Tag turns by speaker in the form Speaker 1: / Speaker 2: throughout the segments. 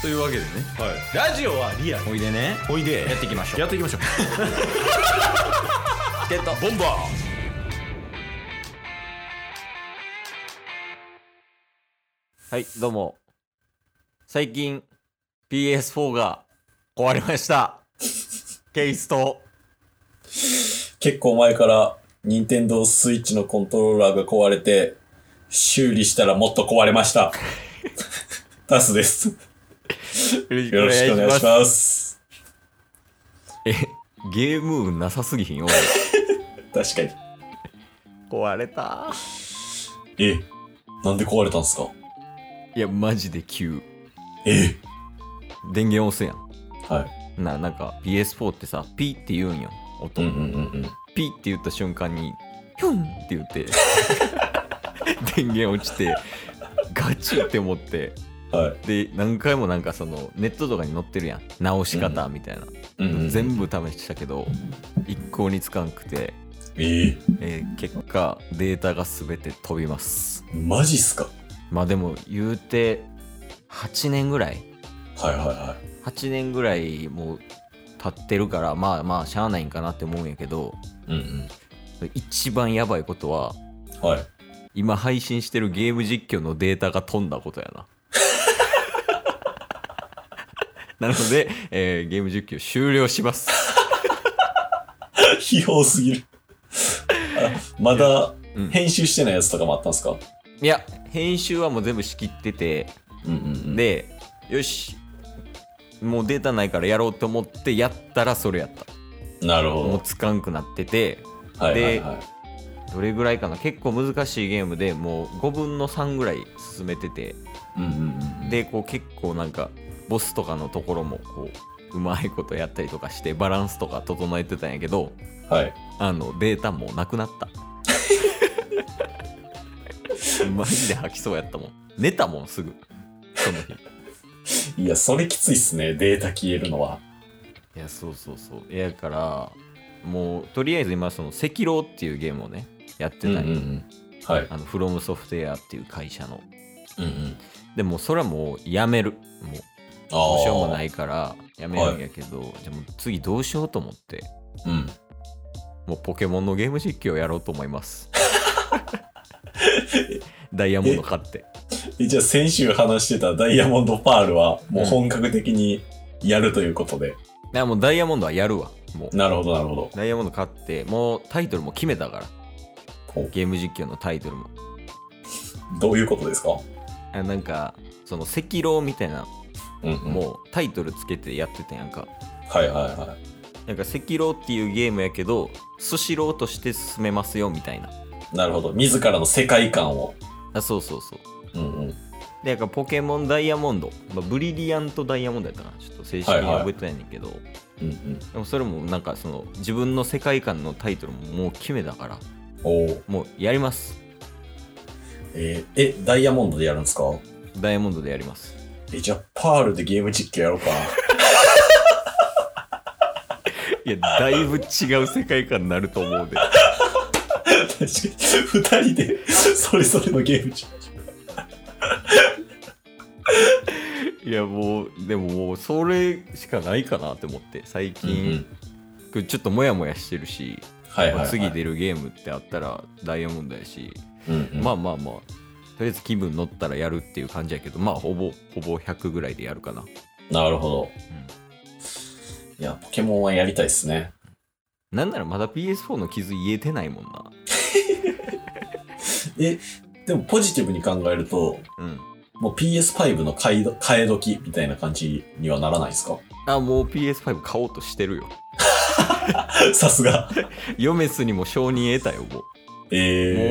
Speaker 1: というわけでね
Speaker 2: はい、ラジオはリアル
Speaker 1: おいでね
Speaker 2: おいで
Speaker 1: やっていきましょう
Speaker 2: やってい きましょう
Speaker 1: ってた
Speaker 2: ボンバ
Speaker 1: はいどうも最近 PS4 が壊れましたケイスト
Speaker 3: 結構前から、任天堂スイッチのコントローラーが壊れて、修理したらもっと壊れました。 タスです。
Speaker 1: よろし
Speaker 3: よろしくお願いします。
Speaker 1: えゲーム運なさすぎひん俺
Speaker 3: 確かに。
Speaker 1: 壊れた
Speaker 3: え、なんで壊れたんすか
Speaker 1: いやマジで急
Speaker 3: え、
Speaker 1: 電源押すや
Speaker 3: はい。
Speaker 1: んななんか PS4 ってさピーって言うんよ音、
Speaker 3: うんうんうん
Speaker 1: ピーって言った瞬間にヒョンって言って電源落ちてガチって思って
Speaker 3: うん。はい。
Speaker 1: で何回もなんかそのネットとかに載ってるやん直し方みたいな、
Speaker 3: うんうん、
Speaker 1: 全部試したけど一向につかんくて、
Speaker 3: え
Speaker 1: えー結果データが全て飛びます
Speaker 3: マジっすか
Speaker 1: まあでも言うて8年ぐらい
Speaker 3: はいはいは
Speaker 1: 8年ぐらいもう経ってるからまあまあしゃあないんかなって思うんやけど
Speaker 3: い。うん
Speaker 1: 一番やばいことは
Speaker 3: うん。はい。
Speaker 1: 今配信してるゲーム実況のデータが飛んだことやな なので、えーゲーム実況終了します
Speaker 3: 費用すぎる。あまだ
Speaker 1: うん
Speaker 3: 編集してないやつとかもあったんすか
Speaker 1: いや編集はもう全部仕切ってて
Speaker 3: うんうんうん。
Speaker 1: でよしもうデータないからやろうと思ってやったらそれやった
Speaker 3: なる
Speaker 1: もう
Speaker 3: ほ
Speaker 1: つかんくなってて
Speaker 3: ど。はいはいはい。
Speaker 1: どれぐらいかな結構難しいゲームでもう5分の3ぐらい進めてて
Speaker 3: うんうんうんうん。
Speaker 1: でこう結構なんかボスとかのところもこううまいことやったりとかしてバランスとか整えてたんやけど
Speaker 3: はい。
Speaker 1: あのデータもうなくなった マジで吐きそうやったもん寝たもんすぐその日
Speaker 3: いや、それきついっすね。データ消えるのは。
Speaker 1: いやそうそうそういやだからもうとりあえず今その「赤狼」っていうゲームをねやってたんよ、
Speaker 3: ん、はい。
Speaker 1: あのフロムソフトウェアっていう会社の
Speaker 3: うんうん。
Speaker 1: でもうそれはもうやめるもう
Speaker 3: あ
Speaker 1: ど
Speaker 3: あ
Speaker 1: うしようもないからやめるんやけど、でも次どうしようと思って
Speaker 3: うん。
Speaker 1: もうポケモンのゲーム実況をやろうと思います ダイヤモンド買って
Speaker 3: えじゃあ先週話してたダイヤモンドパールはもう本格的にやるということで。
Speaker 1: いやもうダイヤモンドはやるわもう
Speaker 3: なるほど、なるほど。
Speaker 1: ダイヤモンド買ってもうタイトルも決めたから
Speaker 3: ほ
Speaker 1: ゲーム実況のタイトルも
Speaker 3: うどういうことですか
Speaker 1: あなんかその赤狼みたいな
Speaker 3: うん、うん。
Speaker 1: もうタイトルつけてやってたやんか。
Speaker 3: はいはいは
Speaker 1: なんか赤狼っていうゲームやけど、スシローとして進めますよみたいな。
Speaker 3: い。なるほど。自らの世界観を。
Speaker 1: あ、そうそうそう。
Speaker 3: うんうん。
Speaker 1: で、なんかポケモンダイヤモンド、まあ、ブリリアントダイヤモンドやったかな。ちょっと正式には覚えてないねんだけど、
Speaker 3: うんうん。
Speaker 1: でもそれもなんかその自分の世界観のタイトルももう決めたから、
Speaker 3: おー
Speaker 1: もうやります。
Speaker 3: えーえ、ダイヤモンドでやるんですか
Speaker 1: ダイヤモンドでやります。
Speaker 3: え、じゃあパールでゲーム実況やろうか。
Speaker 1: いや、だいぶ違う世界観になると思うで。
Speaker 3: 確かに。二人でそれぞれのゲーム実況。
Speaker 1: いや、もう、でももうそれしかないかなって思って、最近、ちょっとモヤモヤしてるし、
Speaker 3: はいはい、はい。
Speaker 1: 次。出るゲームってあったらダイヤモンドやし、
Speaker 3: うん、うん。
Speaker 1: まあまあまあとりあえず気分乗ったらやるっていう感じやけどまあほぼほぼ100ぐらいでやるかな
Speaker 3: なるほど。いや、ポケモンはやりたいっすね。
Speaker 1: なんならまだ PS4 の傷癒えてないもんな
Speaker 3: え、でもポジティブに考えると、
Speaker 1: うん
Speaker 3: もう PS5 の買いど替え時みたいな感じにはならないですか
Speaker 1: あもう PS5 買おうとしてるよ
Speaker 3: さすが。
Speaker 1: ヨメスにも承認得たよもう,、
Speaker 3: え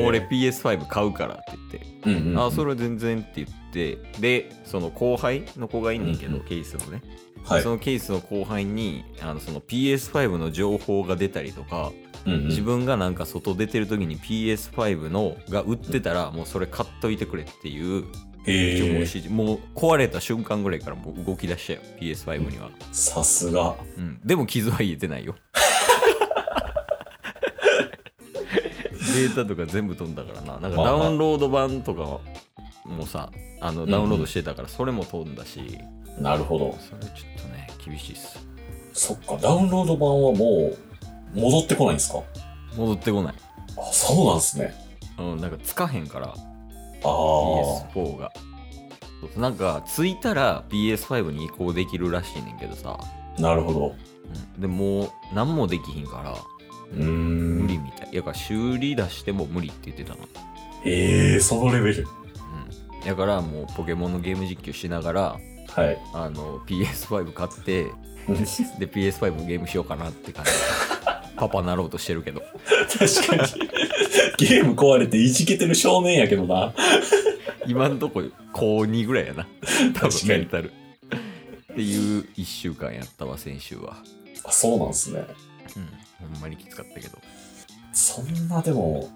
Speaker 3: ー、
Speaker 1: もう俺 PS5 買うからって言って、
Speaker 3: うんうん、
Speaker 1: あそれは全然って言ってでその後輩の子がいんねんけど、
Speaker 3: うんう
Speaker 1: ケースのね、
Speaker 3: はい
Speaker 1: そ。のケースの後輩にあのその PS5 の情報が出たりとか
Speaker 3: うんうん
Speaker 1: 自分がなんか外出てる時に PS5 のが売ってたらもうそれ買っといてくれっていう
Speaker 3: え
Speaker 1: 情報指
Speaker 3: ー、
Speaker 1: 示、もう壊れた瞬間ぐらいからもう動き出したよ PS5 には、
Speaker 3: さすが。
Speaker 1: うん、でも傷は癒えて ないよデータとか全部飛んだからななんか
Speaker 3: まあ
Speaker 1: ダ
Speaker 3: まあ
Speaker 1: ウンロード版とかもさあの
Speaker 3: ん
Speaker 1: ダウンロードしてたからそれも飛んだし、
Speaker 3: なるほど。
Speaker 1: それちょっとね、厳しいっす。
Speaker 3: そっか、ダウンロード版はもう、戻ってこないんですか
Speaker 1: 戻ってこない。
Speaker 3: あ、そうなんですね。
Speaker 1: うん、なんかつかへんから、
Speaker 3: ああ。
Speaker 1: PS4 が。そうそうなんか、ついたら PS5 に移行できるらしいねんけどさ。
Speaker 3: なるほど。
Speaker 1: うん、でもう、何もできひんから、
Speaker 3: うーん。
Speaker 1: 無理みたい。やから修理出しても無理って言ってたな。
Speaker 3: ええそのレベル。
Speaker 1: うん。だからもうポケモンのゲーム実況しながら、
Speaker 3: はい。
Speaker 1: あの PS5 買って、で PS5 もゲームしようかなって 感じ。パパなろうとしてるけど。
Speaker 3: 確かに。ゲーム壊れていじけてる少年やけどな。
Speaker 1: 今んとこ高2ぐらい やな。多分
Speaker 3: 確か
Speaker 1: メ
Speaker 3: に
Speaker 1: ンタル。っていう1週間やったわ、先週は。
Speaker 3: あそうなんですね。
Speaker 1: うん。ほんまにきつかったけど。
Speaker 3: そんなでも、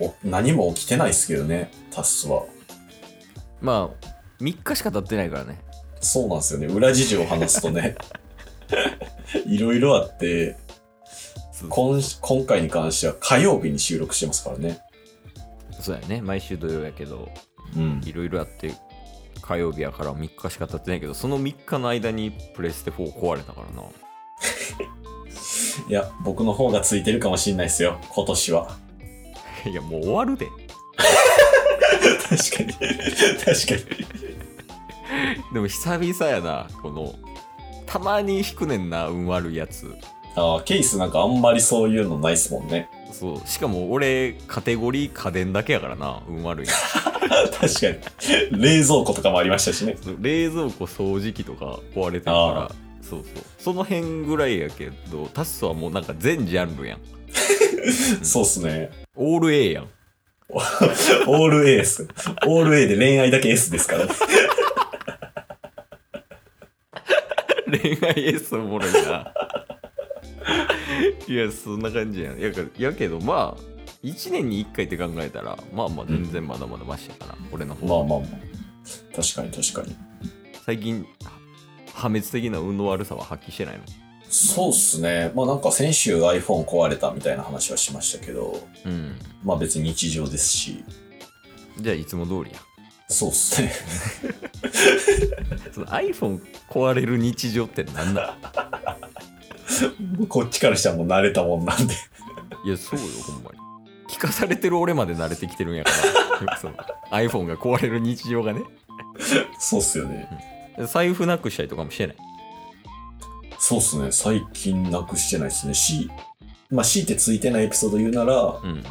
Speaker 3: お何も起きてないですけどね、タスは。
Speaker 1: まあ、3日しか経ってないからね。
Speaker 3: そうなんですよね。裏事情を話すとね。 いろいろあって、今今回に関しては火曜日に収録してますからね。
Speaker 1: そうやね。毎週土曜やけど、
Speaker 3: うん。
Speaker 1: いろいろあって、火曜日やから3日しか経ってないけど、その3日の間にプレステ4壊れたからな。
Speaker 3: いや、僕の方がついてるかもしんないですよ、今年は。
Speaker 1: いや、もう終わるで。
Speaker 3: 確かに。確かに。
Speaker 1: でも久々やな、この、たまに引くねんな、運悪いやつ。
Speaker 3: あーケースなんかあんまりそういうのないっすもんね。
Speaker 1: そう。しかも俺、カテゴリー家電だけやからな、運悪い。
Speaker 3: 確かに。冷蔵庫とかもありましたしね。
Speaker 1: そう冷蔵庫掃除機とか壊れてる
Speaker 3: あ
Speaker 1: からそうそうその辺ぐらいやけどタッソはもうなんか全ジャンルやん
Speaker 3: そうっすね。
Speaker 1: オール A やん
Speaker 3: オール A です。オール A で恋愛だけ S ですからね。
Speaker 1: 恋愛 S おもろいないやそんな感じやんやかやけどまあ1年に1回って考えたらまあまあ全然まだまだマシやから、俺の方
Speaker 3: まあまあまあ。確かに確かに。
Speaker 1: 最近は破滅的な運の悪さは発揮してないの
Speaker 3: そうっすね。まあなんか先週 iPhone 壊れたみたいな話はしましたけど、
Speaker 1: うん
Speaker 3: まあ別に日常ですし。
Speaker 1: じゃあいつも通りや
Speaker 3: そうっす ね。
Speaker 1: その iPhone 壊れる日常って何だ
Speaker 3: こっちからしたらもう慣れたもんなんで。
Speaker 1: いや、そうよ、ほんまに。聞かされてる俺まで慣れてきてるんや から。その iPhone が壊れる日常がね。
Speaker 3: そうっすよね。
Speaker 1: 財布なくしたりとかもしてない。
Speaker 3: そうっすね。最近なくしてないっすね。し、まあ強いてついてないエピソード言うなら、
Speaker 1: うん。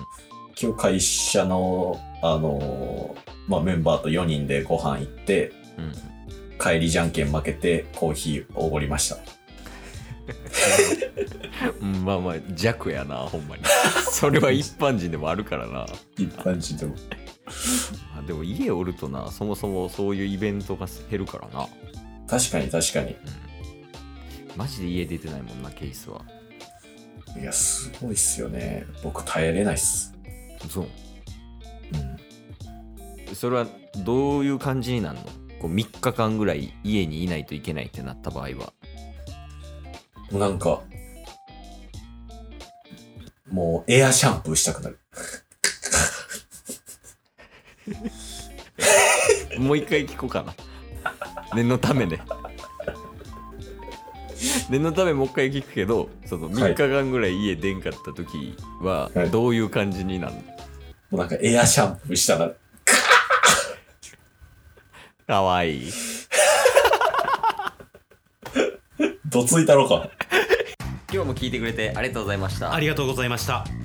Speaker 3: 今日会社の、あのーまあメンバーと4人でご飯行って、
Speaker 1: うん。
Speaker 3: 帰りじゃんけん負けてコーヒーおごりました。
Speaker 1: うんまあまあ、弱やな、ほん まに。それは一般人でもあるからな。
Speaker 3: 一般人でも。
Speaker 1: あでも家おるとな、そもそもそういうイベントが減るからな。
Speaker 3: 確かに確かに。
Speaker 1: マジで家出てないもんな、ケースは。
Speaker 3: いや、すごいっすよね。僕耐えれないっす。
Speaker 1: そう。
Speaker 3: うん。
Speaker 1: それはどういう感じになるのこう ?3 日間ぐらい家にいないといけないってなった場合は。
Speaker 3: もうなんか、もうエアシャンプーしたくなる。
Speaker 1: もう一回聞こうかな。念のためね。念のためもう一回聞くけど、その
Speaker 3: はい
Speaker 1: 3日間ぐらい家出んかった時は
Speaker 3: はい
Speaker 1: どういう感じになるの、
Speaker 3: もうなんかエアシャンプーしたなる。
Speaker 1: かわいい。
Speaker 3: どついたろか。
Speaker 1: 今日も聞いてくれてありがとうございました
Speaker 2: あ。りがとうございました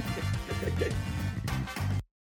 Speaker 2: す